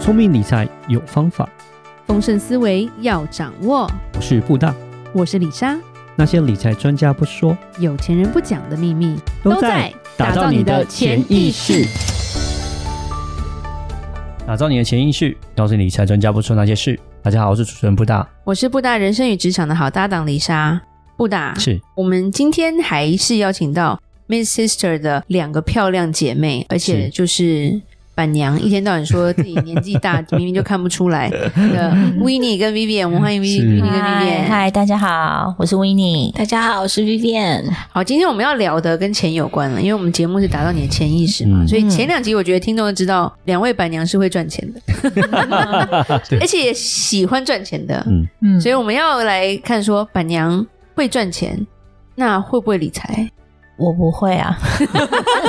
聪明理财有方法，丰盛思维要掌握。我是布大。我是李莎，那些理财专家不说，有钱人不讲的秘密打造你的潜意识。，打造你的潜意识，告诉你理财专家不说那些事。大家好，我是主持人布大。我是布达人生与职场的好搭档李莎。布达，是我们今天还是邀请到 Miss Sister 的两个漂亮姐妹，而且是就是。板娘一天到晚说自己年纪大， 明明就看不出来 的 w i n n i e 跟 Vivian，我们欢迎 w i 是 n n i e 跟嗨 Vivian。嗨，大家好，我是 w i n n i 大家好，我是 Vivian。好，今天我们要聊的跟钱有关了，因为我们节目是打造你的潜意识嘛，嗯所以前两集我觉得听众都知道，两位板娘是会赚钱的，而且也喜欢赚钱的，嗯嗯所以我们要来看说板娘会赚钱，那会不会理财？我不会啊，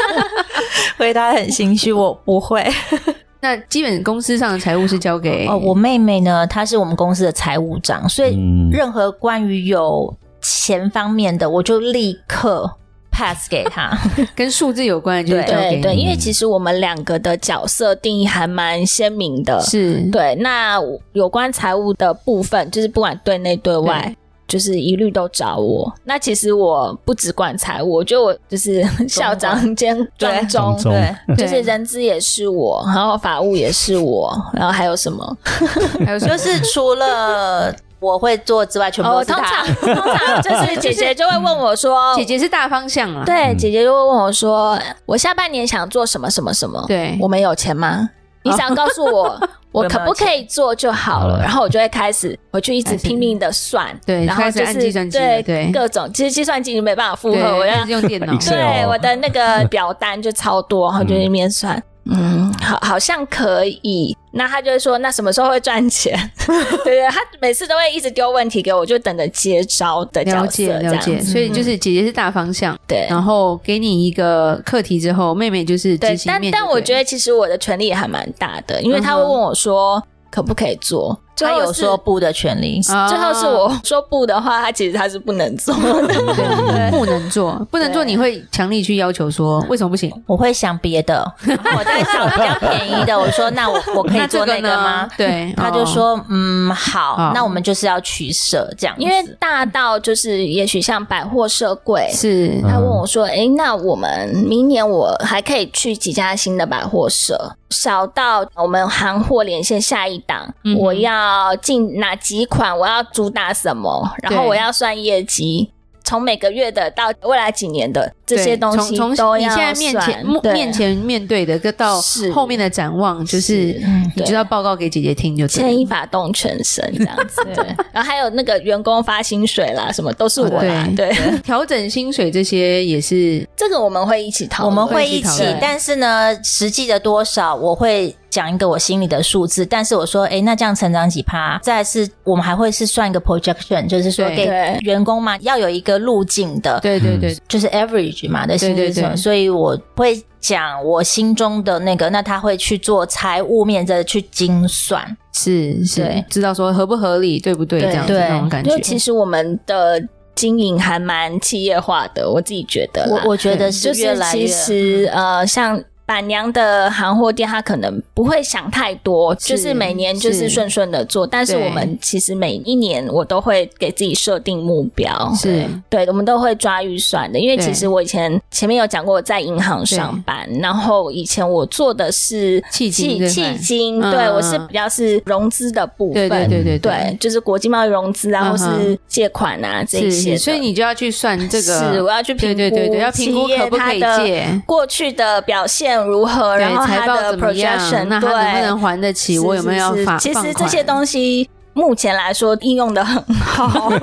回答很心虚，我不会。那基本公司上的财务是交给哦，我妹妹呢，她是我们公司的财务长，所以嗯，任何关于有钱方面的，我就立刻 pass 给 她。跟数字有关的就是交给对你对，因为其实我们两个的角色定义还蛮鲜明的。是对，那有关财务的部分，就是不管对内对外。就是一律都找我。那其实我不只管财务，我觉得我就是 校长兼对庄中，中对，就是人资也是我，然后法务也是我，然后还有什么？还有什 么就是除了我会做之外，全部都哦，是通她常。通常 就是姐姐就会问我说，姐姐是大方向了，哦对，嗯姐姐就会问我说：“我下半年想做什么什么什么？对我们有钱吗？你想告诉我哦我可不可以做就好好了？”了然后我就会开始回去一直拼命的算，对然开后就始按计是算机对对各种，其实计算机你没办法负荷，对，我要是用电脑 Excel 对我的那个表单就超多，然后就在那边算。嗯，好，好像可以。那他就会说，那什么时候会赚钱？ 对对，他每次都会一直丢问题给我，就等着接招的角了色解这了样解，子嗯所以就是姐姐是大方向。对，然后给你一个课题之后，妹妹就是执对，行但面就对但我觉得其实我的权利也还蛮大的，因为他会嗯问哼我说可不可以做，最她后有是哦说。不的权利，啊最后 是我说不的话，他其实他是不能做的。 不能做，不能做，你会强力去要求说为什么不行？我会想别的，我在想比较便宜的。我说那我我 可以那这做个那个吗呢？？对，他就哦说：“嗯，好，哦那我们就是要取舍这样子，因为大到就是，也许像百货社柜，是嗯他问我说：“诶，那我们明年我还可以去几家新的百货社？”小到我们行货连线下一档，嗯哼我要进哪几款，我要主打什么，然后对我要算业绩，从每个月的到未来几年的这对些东西从都从你要现在算。面前目对面前面对的，跟到是后面的展望，就是是嗯，你就要报告给姐姐听就牵对一了。发动全身这样 子对对。然后还有那个员工发薪水啦，什么都是我啦。对对，调整薪水这些也是这个我们会一起讨我论。们会一一起讨起论。但是呢，实际的多少，我会讲一个我心里的数字。但是我说，诶，那这样成长几趴？再来是我们还会是算一个 projection，就是说对给对员工嘛，要有一个路径的，对对对，就是 average 嘛的薪对资对什么对所以我会讲我心中的那个，那他会去做财务面的去精算。是是对，知道说合不合理，对不对，对这样子对那种感觉就。其实我们的经营还蛮企业化的，我自己觉得啦。我我觉得是就越是来越其实嗯呃，像板娘的行货店，她可能不会想太多，是就是每年就是是顺顺的做。但是对我们其实每一年我都会给自己设定目标，是对，我们都会抓预算的。因为对其实我以前前面有讲过，我在银行上班，然后以前我做的是迄今迄对吧迄今，嗯对嗯我是嗯比较是融资的部对分，对对对对，就是国际贸易融资啊，嗯或哼是借款啊这是一些的是，所以你就要去算这是我个，要去评对估，对对对，要评估可不可以。借。过去的表现如何？对哦然后财它报的怎么样 projection，？那他对能不能还得起？是我有没有要是是发？其放实这些款东西目前来说应用的很 好， 所以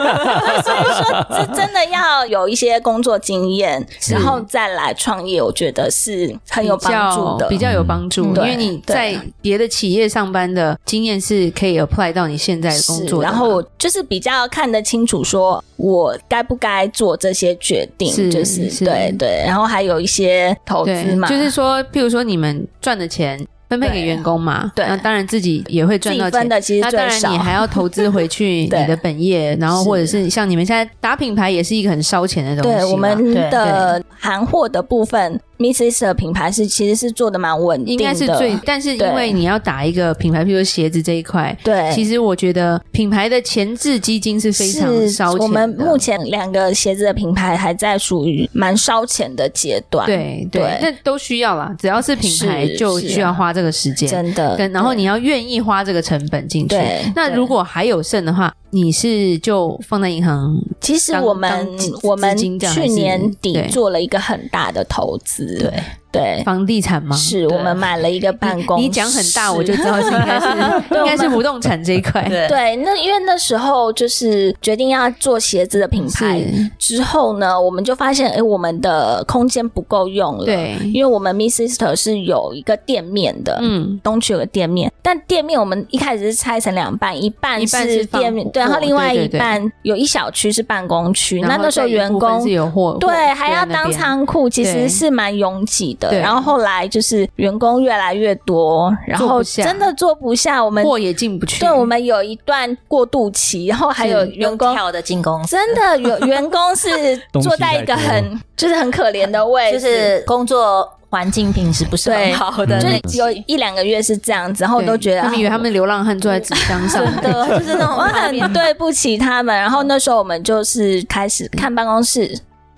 说这真的要有一些工作经验，是然后再来创业，我觉得是很有比较帮助的。比较有帮助，嗯因为对你在别的企业上班的经验是可以 apply 到你现在的工作是的嘛然后我就是比较看得清楚，说我该不该做这些决定，是就是是对对，然后还有一些投资对嘛，，就是说，譬如说你们赚的钱。分配给对员工嘛，对那当然自己也会自赚己到钱分。的其那实当最然，少你。还要投资回去你 对的本业，然后是或者是像你们现在打品牌也是一个很烧钱的东西嘛。对我们对的韩货的部分， Miss Lisa 的品牌是其实是做的蛮稳定应的，该是最，但是因为你要打一个品牌，譬如说鞋子这一块，对。其实我觉得品牌的前置基金是非常烧钱的。我们目前两个鞋子的品牌还在属于蛮烧钱的阶段，，对对对，那都需要啦，只要是品牌是就是需要花这个时间。真的。跟然后你要愿意花这个成本进去对，那对如果还有剩的话，你是就放在银行其实当我们当基我们资金这样还去是年底对做了一个很大的投资，对对，房地产吗？是我们买了一个办公室。你讲很大，我就知道是应该是应该是不动产这一块。对 对，那因为那时候就是决定要做鞋子的品牌是之后呢，我们就发现，哎，我们的空间不够用了。，对，因为我们 Miss Sister 是有一个店面的，嗯，东区有个店面，但店面我们一开始是拆成两半，一半一半是放店面，货对，然后另外对对一对半有一小区是办公区，那然后那时候再一员部分工是。有货，货对，在还要那当边仓库，其对实是蛮拥挤的。对然后后来就是员工越来越多，然坐后不下真的坐不下。我们货也进不去。对我们有一段过渡期，然后还有员嗯用工，跳的进公司，真的有员工 是东西坐在一个太多很就是很可怜的位就置，哎是工作环境品质不是很对好的就嗯就是那只有一两个月是这样子，然后我都觉得啊对他们以为他们流浪汉坐在纸张上，真的 就是那种我很对不起他们。然后那时候我们就是开始看办公室。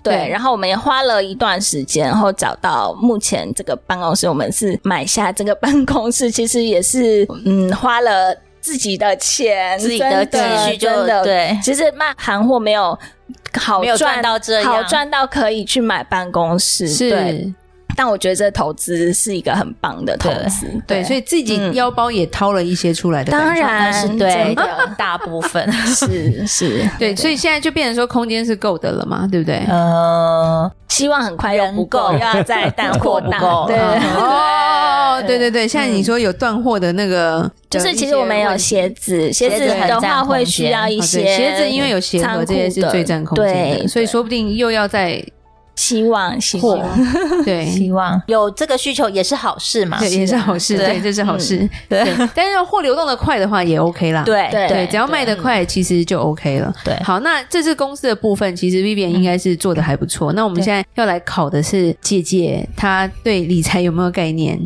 对对，然后我们也花了一段时间，然后找到目前这个办公室，我们是买下这个办公室，其实也是嗯花了自己的钱，自己的积真的蓄就真的对其实卖韩货没有好没有赚赚到这样，好赚到可以去买办公室， 对。是但我觉得这投资是一个很棒的投资，对，所以自己嗯腰包也掏了一些出来的感觉。当然是真对的 大部 分，是是，对，所以现在就变成说空间是够的了嘛，对不对？呃，希望很快又人不够，够又要再但扩货不大，够呃对。嗯嗯哦，对对对，现在你说有断货的那个，就是其实我们有鞋子，鞋鞋子子很的话占会空需间要一哦哦对些鞋子，因为有鞋仓盒库这些是的最占空间的，对所以说不定又要 再希望希货望，对。 希望有这个需求也是好事嘛，对，也是好事，对对，这是好事。对对，但是货流动的快的话也 OK 啦。对嗯嗯对对，只要卖得快，其实就 OK 了。对嗯好，那这是公司的部分，其实 Vivian 应该是做的还不错。那我们现在要来考的是姐姐，她对理财有没有概念？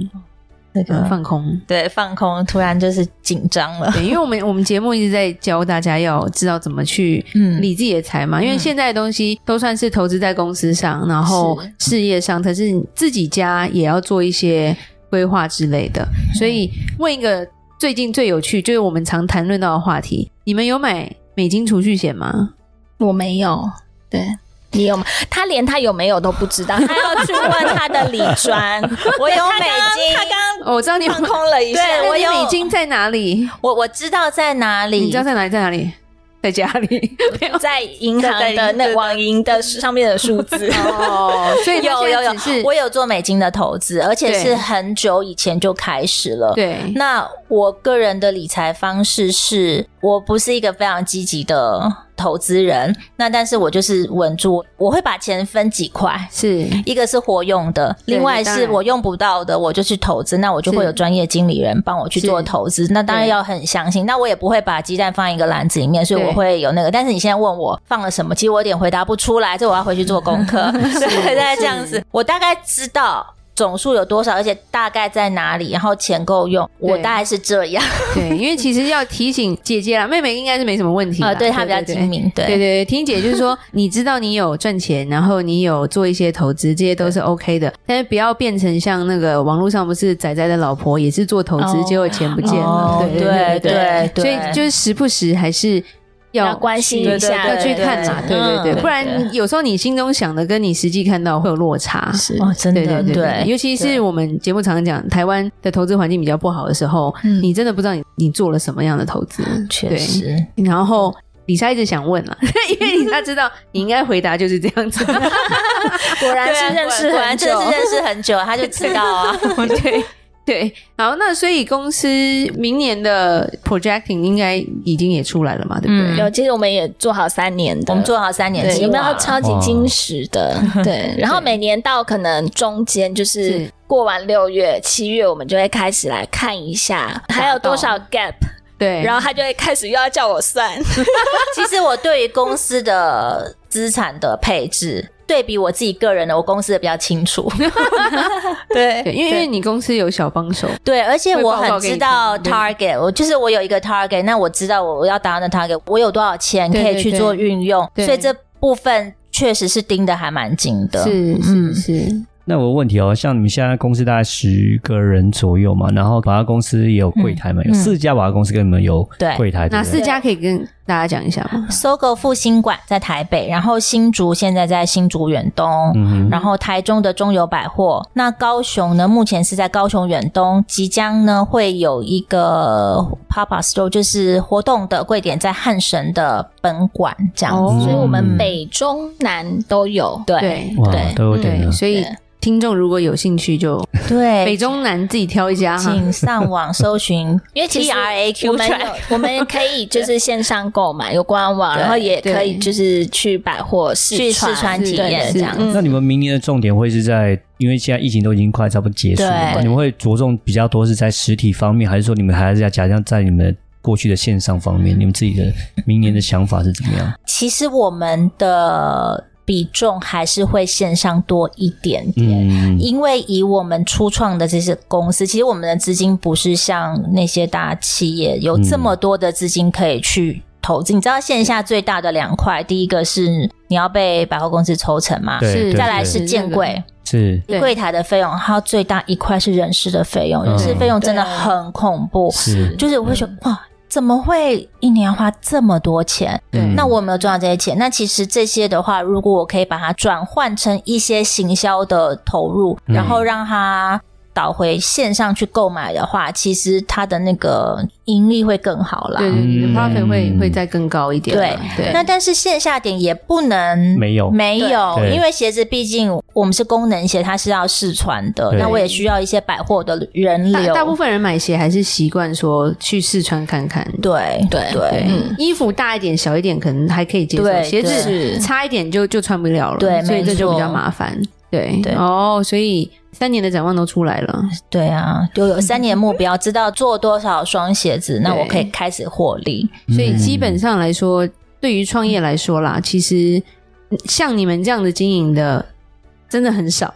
那呃个放空。对放空，突然就是紧张了，对，因为我们我们节目一直在教大家要知道怎么去嗯理自己的财嘛，因为现在的东西都算是投资在公司上，然后事业上，可是你自己家也要做一些规划之类的。嗯所以问一个最近最有趣，就是我们常谈论到的话题：你们有买美金储蓄险吗？我没有，对。你有吗？他连他有没有都不知道，他要去问他的李专。 我有他美刚金他刚哦，我知道你有 放空了一下，对那我你有美金在哪里？我我知道在哪里，你知道在哪里？在哪里？在家里。没有在银行在的在那网银的上面的数字。哦， 所以有有有是，我有做美金的投资，而且对是很久以前就开始了。对那我个人的理财方式是，我不是一个非常积极的投资人，那但是我就是稳住，我会把钱分几块。是一个是活用的，对另外当是然我用不到的，我就去投资，那我就是会有专业经理人帮我去做是投资。那当然对要很相信，那我也不会把鸡蛋放一个篮子里面，所以对我会有那个。但是你现在问我放了什么，其实我有点回答不出来，这我要回去做 功课。对，大概这样子，我大概知道。总数有多少，而且大概在哪里，然后钱够用，我对大概是这样对，因为其实要提醒姐姐啦，妹妹应该是没什么问题啦啊， 对他比较对精明，对对对对，婷姐就是说，你知道你有赚钱，然后你有做一些投资，这些都是 OK 的，但是不要变成像那个网络上不是仔仔的老婆也是做投资，哦结果钱不见了，哦对对对对所以就是时不时还是要要关心一下要去看嘛，对对对对，对嗯不然有时候你心中想的跟你实际看到会有落差，是哦，真的对对对对，尤其是我们节目常常讲，台湾的投资环境比较不好的时候，嗯你真的不知道你你做了什么样的投资，确对实，然后李莎一直想问了， 因为李莎知道你应该回答就是这 样子，果然对啊是认识果然很真久的。是认识很久，他就知道啊。对对。好，那所以公司明年的 projecting 应该已经也出来了嘛，对不对？有，其实我们也做好三年的，嗯我们做好三年对，计有没划有，超级金石的？ 对，然后每年到可能中间就是是过完六月、七月，我们就会开始来看一下还有多少 gap，对，然后他就会开始又要叫我算。其实我对于公司的资产的配置对比我自己个人的，我公司的比较清楚。 对对，因为因为你公司有小帮手，对，而且会我报告很给知你道听对 target，我就是我有一个 target，那我知道我我要达到的 target，我有多少钱可对以对去对做运用，对所以这部分确实是盯得还蛮紧的。是是嗯是，那我有问题哦，像你们现在公司大概十个人左右嘛，然后广告公司也有柜台嘛，有嗯四家广告公司跟你们有对柜台，对哪不对四家可以跟大家讲一下吗？搜狗复兴馆在台北，然后新竹现在在新竹远东，嗯哼，然后台中的中友百货，那高雄呢，目前是在高雄远东，即将呢会有一个 pop up store，就是活动的柜点在汉神的本馆这样哦子。所以我嗯们北中南都有。对对哇，对都有点对，了。所以听众如果有兴趣就对，北中南自己挑一家哈。请上网搜寻因为其实 T R A 我 Q 们有 Track 我们可以就是线上购买有官网，对然后也可以对就是去百货试去试穿体对验是这样嗯子。那你们明年的重点会是在，因为现在疫情都已经快差不多结束了嘛，对你们会着重比较多是在实体方面，还是说你们还是要加强在你们过去的线上方嗯面？你们自己的明年的想法是怎么样？其实我们的比重还是会线上多一点点。嗯，因为以我们初创的这些公司，其实我们的资金不是像那些大企业有这么多的资金可以去投资。你知道线下最大的两块，第一个是你要被百货公司抽成嘛，对是对再再来对是见柜是对柜台的费用，还有最大一块是人事的费用，嗯人事费用真的很恐怖，是，就是我会说哇。怎么会一年要花这么多钱？对嗯那我有没有赚到这些钱？那其实这些的话，如果我可以把它转换成一些行销的投入，嗯然后让它导回线上去购买的话，其实它的那个盈利会更好啦。对对，你的嗯 profit 会会再更高一点嘛。对，那但是线下点也不能没有没有，对因为鞋子毕竟我们是功能鞋，它是要试穿的，对那我也需要一些百货的人大流。大部分人买鞋还是习惯说去试穿看看。对对对对，衣服大一点、小一点可能还可以接受，对鞋子对差一点就就穿不了了，对所以这就没错比较麻烦。对，对哦，所以三年的展望都出来了，对啊，就有三年目标，知道做多少双鞋子，那我可以开始获利。所以基本嗯上来说，对于创业来说啦，其实嗯像你们这样的经营的。真的很少，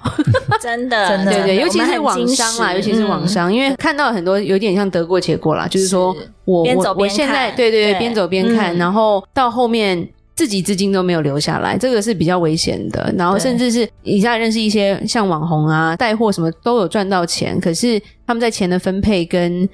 真的真的对对，尤其是网商啦，嘛，尤其是网商，因为看到很多有点像得过且过啦，就是说是我边我走我边现在看对对对，对边走边看，嗯然后到后面自己资金都没有留下来，这个是比较危险的。然后对甚至是以下认识一些像网红啊、带货什么都有赚到钱，可是他们在钱的分配跟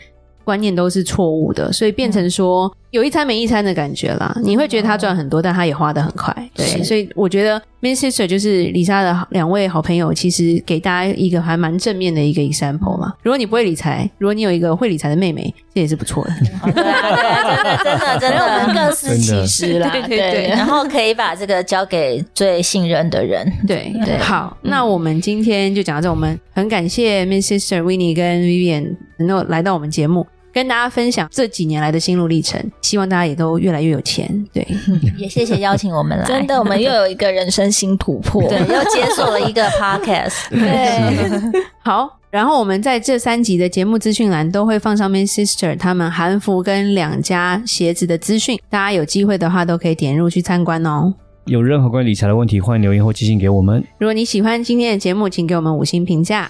观念都是错误的，所以变成说有一餐没一餐的感觉啦。你会觉得他赚很多，但他也花的很快。对，嗯是所以我觉得 Miss Sister 就是李莎的两位好朋友，其实给大家一个还蛮正面的一个 example 嘛。如果你不会理财，如果你有一个会理财的妹妹，这也是不错的。 对啊，对 啊真的真的真因为我的们各司其职啦，真的对对 对然后可以把这个交给最信任的人。 对对好，那我们今天就讲到这。我们很感谢 Miss Sister Winnie 跟 Vivian 能够来到我们节目，跟大家分享这几年来的心路历程。希望大家也都越来越有钱。对，也谢谢邀请我们来， 真的，我们又有一个人生新突破。对 又解锁了一个 podcast。对，好，然后我们在这三集的节目资讯栏都会放上面 Sister 他们韩服跟两家鞋子的资讯，大家有机会的话都可以点入去参观哦。有任何关于理财的问题，欢迎留言或寄信给我们。如果你喜欢今天的节目，请给我们五星评价。